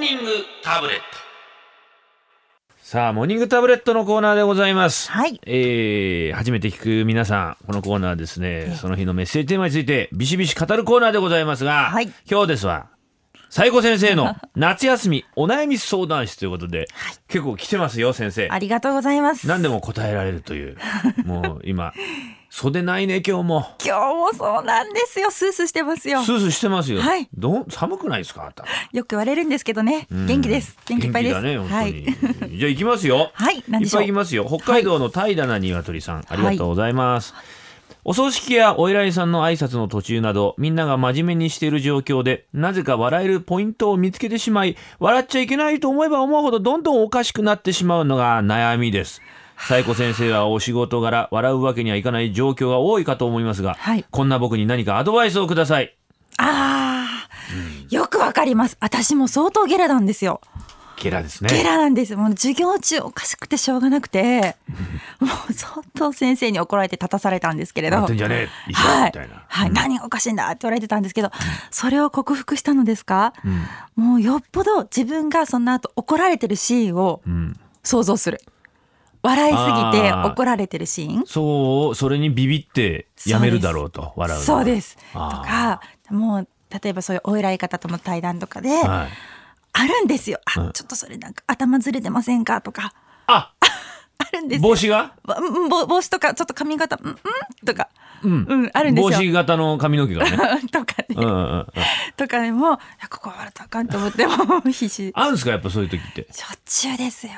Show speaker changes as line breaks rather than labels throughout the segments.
ニングタブレット
さあ、モーニングタブレットのコーナーでございます。
はい
えー、初めて聞く皆さん、このコーナーはですね、その日のメッセージテーマについて、ビシビシ語るコーナーでございますが、
はい
今日ですわ、最後先生の 夏休みお悩み相談室ということで、結構来てますよ、先生。
ありがとうございます。
何でも答えられると いう、もう今、袖ないね、今日も。
今日もそうなんですよ。スースーしてますよ。
スースーしてますよ。
はい
どん寒くないですか、あなた。
よく言われるんですけどね。
うん
元気です。元気いっぱいです。
元気だね、本
は
当に。
い。
じゃあ行きますよ。
はい何
い
で
っ
しょ
ぱ
う
い行きますよ。北海道の平らな鶏さん、ありがとうございます。お葬式やお偉いさんの挨拶の途中など、みんなが真面目にしている状況で、なぜか笑えるポイントを見つけてしまい、笑っちゃいけないと思えば思うほどどんどんおかしくなってしまうのが悩みです。サイコ先生はお仕事柄、笑うわけにはいかない状況が多いかと思いますが、
はい
こんな僕に何かアドバイスをください。
ああ、よくわかります。私も相当ゲラなんですよ。
ゲラですね。
ゲラなんです。もう授業中おかしくてしょうがなくて、もう相当先生に怒られて立たされたんですけれど。
なってんじゃねえ、医者
はい
みたいな。
はい、何がおかしいんだって言われてたんですけど、それを克服したのですか、
うん
もうよっぽど自分がその後怒られてるシーンを
うん
想像する笑いすぎて
あー
怒られてるシーン
そうそれにビビってやめるだろうと笑うの
そうですと
あー
かもう例えばそういうお偉い方との対談とかで、
はい、
あるんですよあ、
うん
ちょっとそれなんか頭ずれてませんかとか
あ
あるんですよ
帽子が、
ぼんぼ帽子とかちょっと髪型うんうんとか
うん
うんあるんですよ
帽子型の髪の毛が ね
とかね、
うんうんうん
とかでもいやここは笑ったらあかんと思って もう必死
あるんですかやっぱそういう時って
しょっちゅうですよ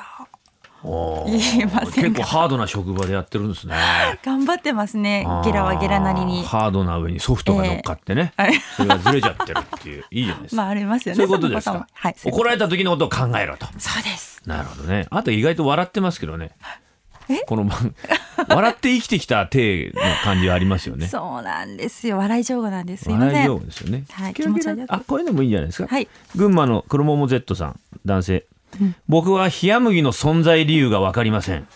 おー
言いませ
結
ん
構
か
ハードな職場でやってるんですね
頑張ってますねゲラはゲラなり
あー
に
ハードな上にソフトが乗っかってね、
ええはい
それがずれちゃってるって いういいじゃないですか、
まあありますよね
そういうことです
そのパ
か
ターンもはいそういうこ
怒られた時のことを考えろと
そうです
なるほどねあと意外と笑ってますけどね
え
この番笑って生きてきた体の感じはありますよね
そうなんですよ笑い上手なんですすいませ
笑い上
ん
手ですよね。
はい
キラキラ
気持ち悪い
あ、こういうのもいいんじゃないですか。
はい
群馬の黒桃 Z さん、男性。僕は冷麦の存在理由がわかりません。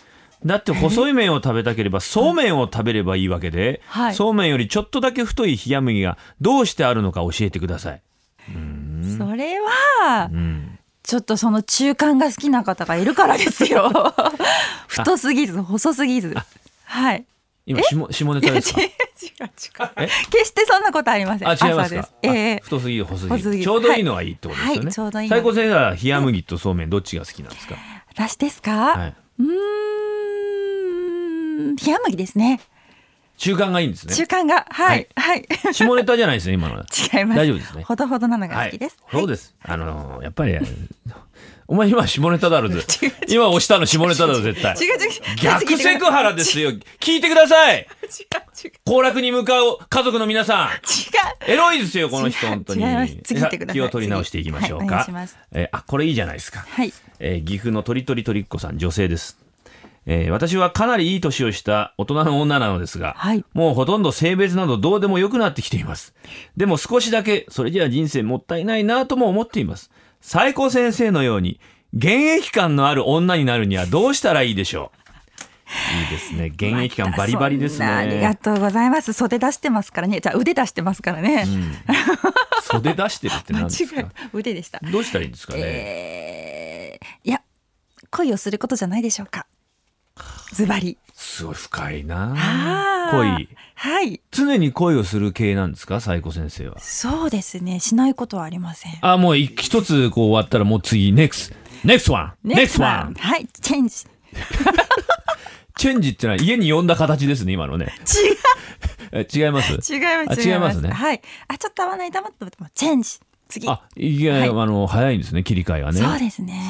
だって細い麺を食べたければそうめんを食べればいいわけで、
はい
そうめんよりちょっとだけ太い冷麦がどうしてあるのか教えてください。
それは
うん、
ちょっとその中間が好きな方がいるからです よ太すぎず細すぎずはい
今下下ネ
い
タ
や違う違う違
ですか。え
う決してそんなことありません
あ違いま
朝
す
で
か
す。え
あ
え
太すぎる細すぎ
細す
る。
ぎる
ちょうどいいのはいいってことですよね。
はいちょうどいいの
最高先生は冷麦とそうめんどっちが好きなんですか。
私ですか、
はい。
うーん冷麦ですね
中間がいいんですね。
中間がはいはい、
下ネタじゃないですね今のは。
違います
大丈夫ですね
ほどほどなのが好きです、
はい、そうです。あのーやっぱり、お前今下ネタだろぜ。 今押したの下ネタだろ絶対。
違う違う
逆セクハラです
違う
よ。聞いてください。
違う違う
行楽に向かう家族の皆さん。エロいですよこの人
違う
本当に。
違います次行ってくださ
気
い
を取り直していきましょうか。
次はいお願いします
えーあこれいいじゃないですか。
はい
えー岐阜のとりとりとりっこさん女性です。えー私はかなりいい年をした大人の女なのですが、
はい
もうほとんど性別などどうでもよくなってきています。でも少しだけ、それじゃあ人生もったいないなとも思っています。最高先生のように、現役感のある女になるにはどうしたらいいでしょういいです ね。現役感バリバリですね。
そんなありがとうございます袖出してますからねじゃあ腕出してますからね、
袖出してるって
間
何です
違い
か
腕でした、
どうしたらいいんですかね、
えーいや恋をすることじゃないでしょうかズバリ
すごい深いな
あー
恋。
はい
常に恋をする系なんですか最高先生は。
そうですねしないことはありません
あ、もうい一つこう終わったらもう次、next, next one, next one!
はいチェンジ
チェンジってのは家に呼んだ形ですね、今のね。
違う
え違います。
違いま
あ
す
違いますね
はいあちょっと合わない黙ってもチェンジ次
あ、いや、
はい
あの、早いんですね、切り替えがね。
そうですね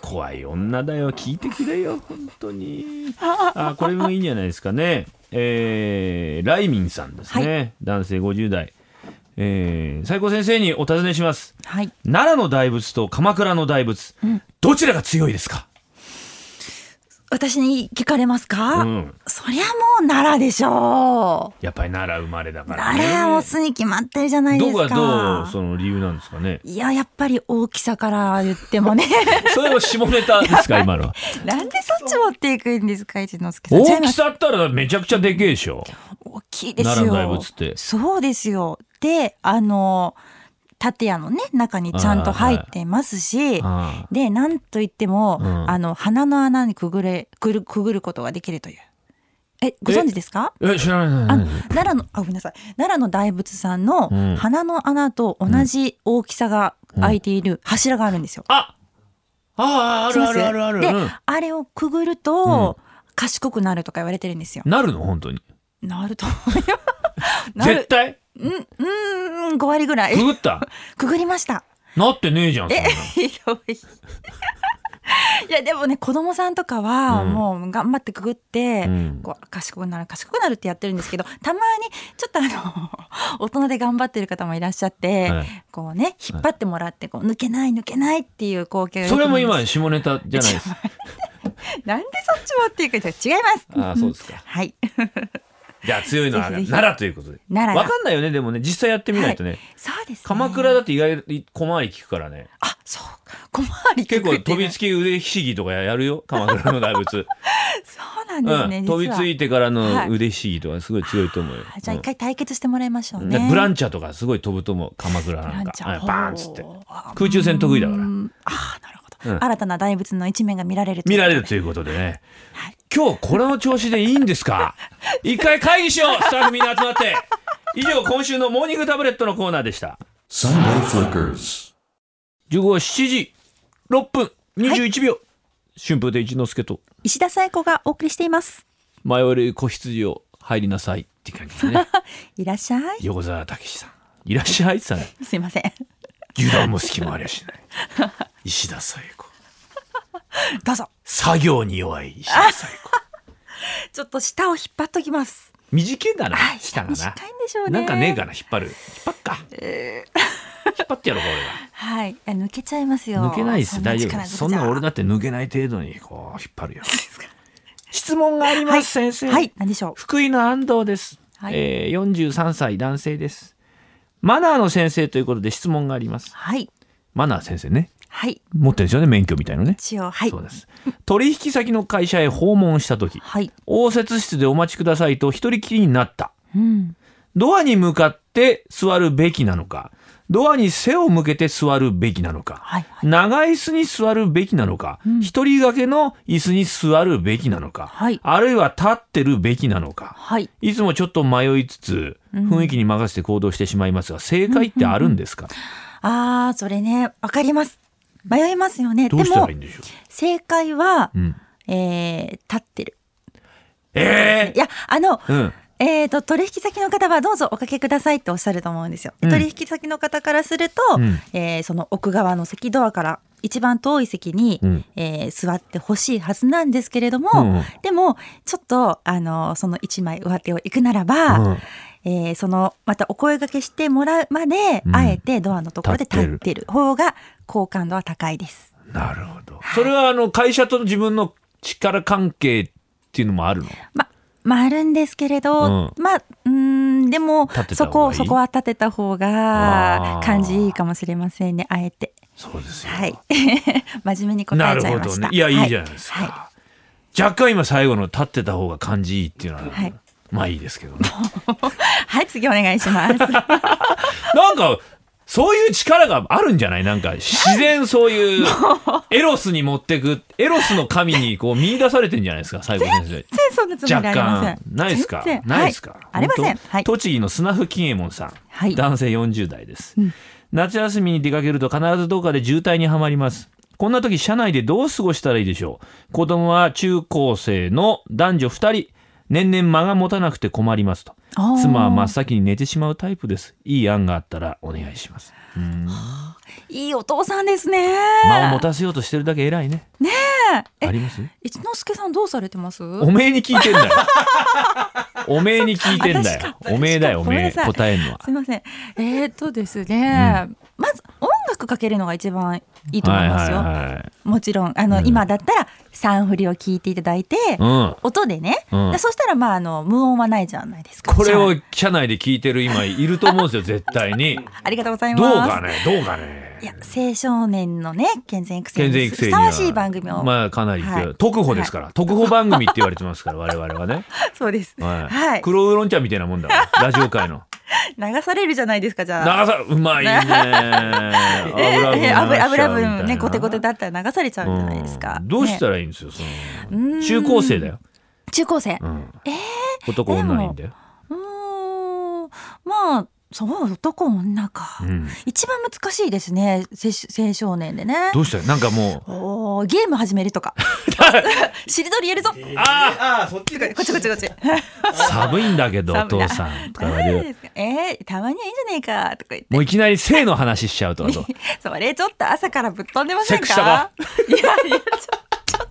怖い女だよ、聞いてくれよ、本当に。あ、これもいいんじゃないですかね。えー、ライミンさんですね。
は
男性50代。えー、最高先生にお尋ねします。
はい
奈良の大仏と鎌倉の大仏、どちらが強いですか
私に聞かれますか、
うん
そりゃもう奈良でしょう
やっぱり奈良生まれだからね。
奈良をすに決まってるじゃないで
ど
す
こ
か
がどうその理由なんですかね。
いややっぱり大きさから言っ てもね
それは下ネタです か今のは。
なんでそっち持っていくんですか一之輔さん
大
違いま
き
す
さったらめちゃくちゃでけえでしょ。
大きいですよ
奈良の大仏って
そうですよであの建屋のね中にちゃんと入ってますし、
あ
でなんといっても、
うん
あの鼻の穴にくぐれくるくぐることができるというえご存知ですか
ーえ知らない
あの
何
奈良のあごめんなさい奈良の大仏さん
う
の
ん
鼻の穴と同じ大きさが開いている柱があるんですよ。
ああーあ
知って
る
ま
あ
す
るあるある
で、
うん
あれをくぐると、賢くなるとか言われてるんですよ。
なるの本当に
なると思うよ。な
絶
る。
対
うんうんうん五割ぐらい
くぐった
くぐりました。
なってねえじゃんそんなの
ひどい。いやでもね子供さんとかは
うん
もう頑張ってくぐって、
うん
こう賢くなる賢くなるってやってるんですけどたまにちょっとあの 大人で頑張ってる方もいらっしゃって、
はい
こうね引っ張ってもらってこう抜けない抜けないっていう光景が
それも今
よく
下ネタじゃないです
見ますなんでそっちもっていうか違います
あーそうですか
はい
じゃあ強いのは
ぜひぜひ
奈良ということで
奈良
わ
が
かんないよねでもね実際やってみないとね、
そうです、ね、
鎌倉だって意外に小回り聞くからね
あそうか小回り
結構飛び
つ
つき腕ひしぎとかやるよ鎌倉の大 仏、
そうなんです
う
ね、
ん、
実は
飛びついてからの腕ひしぎとかすごい強いと思うよ、
あじゃあ
うん
一回対決してもらいましょうね、
でブランチャーとかすごい飛ぶと思う鎌倉なんか
ブランチャー
うんバーンっつって
ほうあ
空中戦得意だから
うんああなるほど、
うん
新たな大仏の一面が見られるという
見られ
こ
る
と
ということでね
はい
今日これの調子でいいんですか 一回会議しようスタッフみんな集まって以上今週のモーニングタブレットのコーナーでした
Sunday Flickers.
15 7時6分21秒、春風亭一之輔と
で石田紗友子がお送りしています
迷える子羊を入りなさいって感じです ね
いらっしゃい
横澤武史さんいらっしゃいって 言ったね
すいません
油断も隙もありゃしない石田紗友子
どうぞ
作業に弱い石田紗友子
ちょっと下を引っ張っときます
短いだな
はい
下がな
短いんでしょうね
なんかねえかな引っ張る引っ張っ か、引っ張ってやろうか
はいいや抜けちゃいます
俺
よ
が抜けないです
ん
大丈夫
力
で
抜けち
す
ゃ
そんな俺だって抜けない程度にこう引っ張るよ
すか
質問があります、
はい
先生
はい何でしょう
福井の安藤です、
はい
えー、43歳男性ですマナーの先生ということで質問があります
はい
マナー先生ね
はい
持ってるんですよね免許みたいのね、
一応はい
そうです取引先の会社へ訪問した時
はい
応接室でお待ちくださいと一人きりになった
うん
ドアに向かって座るべきなのかドアに背を向けて座るべきなのか、
はいはい
長椅子に座るべきなのか、
ん
一人掛けの椅子に座るべきなのか、
はい
あるいは立ってるべきなのか
はい
いつもちょっと迷いつつ
うん
雰囲気に任せて行動してしまいますが正解ってあるんですか、
ああそれねわかります迷いますよね
どうしたらい
で
い
も
んでしょ
正解は
う、うん、
えー、立ってる
え
いやあの
ー、うん
えー、と取引先の方はどうぞおかけくださいっておっしゃると思うんですよ。
うん
取引先の方からすると、
うん
えーその奥側の席ドアから一番遠い席に、
うん
えー座ってほしいはずなんですけれども、
うんうん
でもちょっとあのその一枚上手を行くならば、
うん
えーそのまたお声掛けしてもらうまで、
うん
あえてドアのところで立
立ってる
ってる方が好感度は高いです。
なるほどそれはあの会社と自分の力関係っていうのもあるの
ま、まああるんですけれど、
う
まあうーんでも
立てた
そ
方
こ
がいい
そこは立てた方
あ
が
ー
感じいいかもしれませんねあえて
そうですよ、
はい 真面目に
な
答え
る
ちゃい
ほ
ま
ど
し
ね
た
いやいいじゃ
は
ないですか、
は
若干今最後の立ってた方が感じいいっていうのは、
はい
まあいいですけどね
はい次お願いします
なんかそういう力があるんじゃないなんか自然そういうエロスに持ってくエロスの神にこう見出されてんじゃないですか最後先生
全然そんなつもりあ
若
りませ
干
ん
ないですか
全然
ないですか、
はいありません
本当
はい
栃木のスナフキンエモンさん、
はい
男性40代です、夏休みに出かけると必ずどこかで渋滞にはまりますこんな時車内でどう過ごしたらいいでしょう子供は中高生の男女2人年々間が持たなくて困りますと
あー
妻は真っ先に寝てしまうタイプですいい案があったらお願いしますうーん
いいお父さんですね
間を持たせようとしてるだけ偉いね
え
あります
一之輔さんどうされてます
おめえに聞いてん だよおめえに聞いてんだよおめえだよお
ごめん
めえ
なさい
答えんのは
すいませんえー、っとですね、まず音楽かけるのが一番いいと思いますよ、
はいはいはい
もちろんあの、
うん
今だったら三振りを聞いていただいて、
うん
音でね、
うん
でそしたらまああの無音はないじゃないですか
これ
じゃ
を社内で聞いてる今いると思うんですよ絶対に
あありがとうございます
どうかねどうかねね
いや青少年のね健全育成
健全
に
育
ふ
成に
さ
は
わしい番組を、
まあかなり、
はい
特保ですから、特保番組って言われてますから我々はね、
そうです、
はい
はい
黒ウーロン茶みたいなもんだ からラジオ界の
流されるじゃないですかじゃあ
長さうまいね
え
油分
え
流しちゃうみたい
油
な
油分ねコテコテだったら流されちゃうんじゃないですか、
うんどうした
ね
らいいんですよそ
うん
の中高生だよ、
中高生
うん、男女いいんだよ、
うーんまあそう男女か、
うん、
一番難しいですね青青少年でね
どうしたらなんかもう
おーゲーム始めると かしりとりやるぞこ
あ
あーそっちが
っちこっちこっち
ー寒いんだけどお
寒いな
父さんとか言われ
何
る
ですかえー、たまにはいいんじゃねえかとか言って
もういきなり性の話しちゃうとかと
それ ちょっと朝からぶっ飛んでません
セクしたか
かいやいやちょ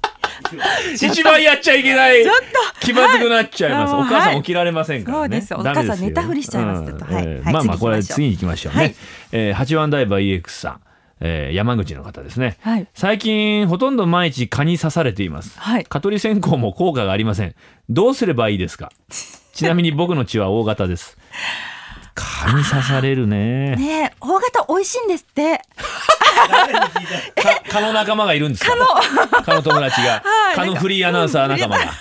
一番やっちゃいけない
ちょっ
気まずくなっちゃいます、
はい
お母さ
はい
ん起きられませんからね
そ
ダ
うです
メよ
お母さん寝たふりしちゃいますちょっとはい
えー
はい
まあまあ
次行きま
こ
しょう
れ次に行きましょうね、
はい
えー八番ダイバー EX さん、えー山口の方ですね、
はい
最近ほとんど毎日蚊に刺されています
はい
蚊取り線香も効果がありませんどうすればいいですかちなみに僕の血は大型です蚊に刺されるね
ねえ大型美味しいんですって
誰に聞いた
か蚊の仲間がいるんですか蚊の友達 が、
はい
蚊のフリーアナウンサー仲間が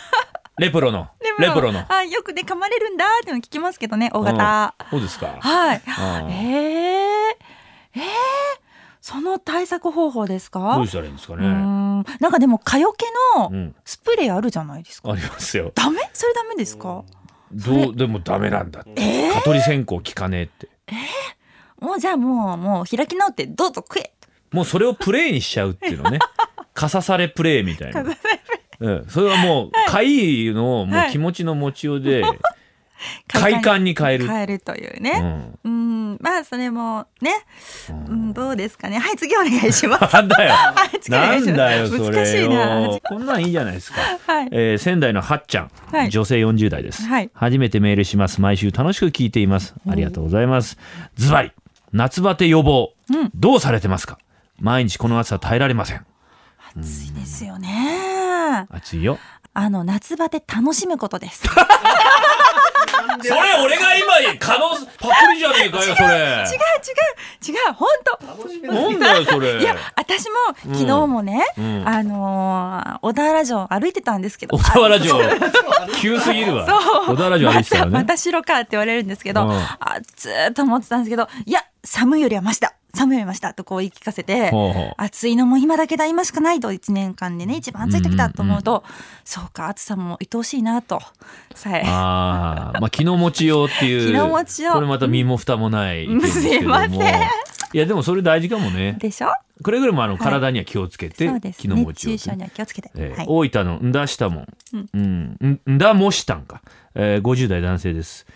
レプロのレプロの
あよくね噛まれるんだっていうの聞きますけどね大型、
うんそうですか
はい
ああ
ええええその対策方法ですか
ど
う
うしたらいいんですか
ー
ね
んなんかでも蚊よけ
う
の
ん
スプレーあるじゃないですか、
ありますよ
ダメそれダメですか
どうでもダメなんだって
え
蚊取り線香効かねえって
もうじゃあもうもう開き直ってどうぞ食え
もうそれをプレイにしちゃうっていう のねかさされプレイみたいなうん、それはもう怪異のもう気持ちの持ちようで快感に変える、
変えるという
う
ね、
ん、
うん、まあそれもね、
うん
うん、どうですかねはい次お願い します
なんだよ
はい次お願
ない
し
ん
ます
だよそ
難し
れ
いな
よこんなんいいじゃないですか
はい
えー仙台のはっちゃん、
はい
女性40代です、
はい
初めてメールします毎週楽しく聞いていますありがとうございますズバリ夏バテ予防、
うん
どうされてますか毎日この暑さ耐えられません
暑いですよね
暑いよ
あの夏バテ楽しむこと です
それ俺が今可能パクリじゃねえかよそれ
違う違う違う本
楽しみだ
なんだよそれ
当いや私も
うん
昨日もね、
うん
あのー小田原城歩いてたんですけど
小田原城
あの
急すぎるわ
そう
小田原城歩いてたらね、
また白かって言われるんですけど、
うん
あずーっと思ってたんですけどいや寒いよりはましだ寒いよりはましだとこう言い聞かせて
ほうほう
暑いのも今だけだ今しかないと1年間でね一番暑い時だと思うと、そうか暑さも愛おしいなとさえ
ああ、まあ、気の持ちようっていう。
気の持ちよう
これまた身も蓋もない意見ですけども。
うんすいません
いや、でも、それ大事かもね。
でしょ
くれぐれも、あの、
い
体には気をつけて、
そうです
気の
ね
持
熱
ちよう
中
と
症には気をつけて、
えー
はい、
大分のんだしたもん、うん、んんだもしたんか、えー、50代男性です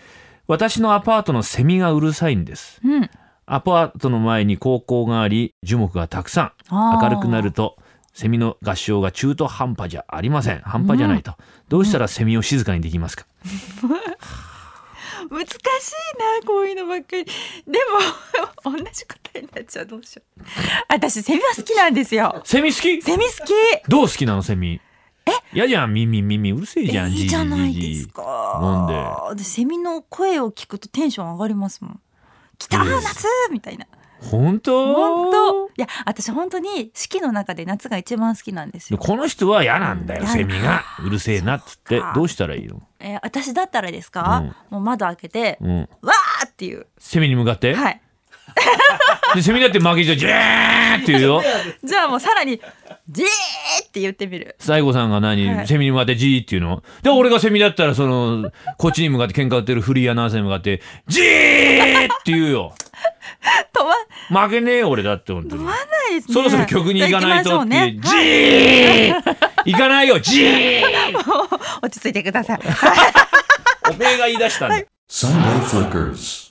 私のアパートのセミがうるさいんです
うん
アパートの前に高校があり樹木がたくさ
あ
ん
ー
明るくなるとセミの合唱が中途半端じゃありません半端じゃないと、どうしたらセミを静かにできますか、
難しいなこういうのばっかりでも 同じ答えになっちゃうどうしよう私セミは好きなんですよ
セミ好き
セミ好き
どう好きなのセミえやじゃん耳耳うるせえじゃん
いいじゃないです
じ
か
なんで
私セミの声を聞くとテンション上がりますもん来たー
ええ
夏みたいな
じじ本当
本当いや私本当に四季の中で夏が一番好きなんです
で
よ
この人は嫌なんだ
う
よ
ん
セミがうるせえなっつって
そうか
どうしたらいいの
えー私だったらですか、もう窓開けて、
うん
わーっていう
セミに向かって、
はい
でセミだって負けじゃジェーンって言う よ
じゃあもうさらにじーって言ってみる
西郷さんが何、
はい
セミに向かってジーっていうので俺がセミだったらそのこっちに向かって喧嘩売ってるフリーアナウンサーに向かってジーって言うよ
止ま
負けねえよ俺だって本当
止
に
まんないですね
そろそろ曲に行かない
じゃ
と
あ
っ
行
て
きましょう
いう
ね
ジー行かないよジー
落ち着いてください
おめえが言い出したんだよ
Sunday Flickers.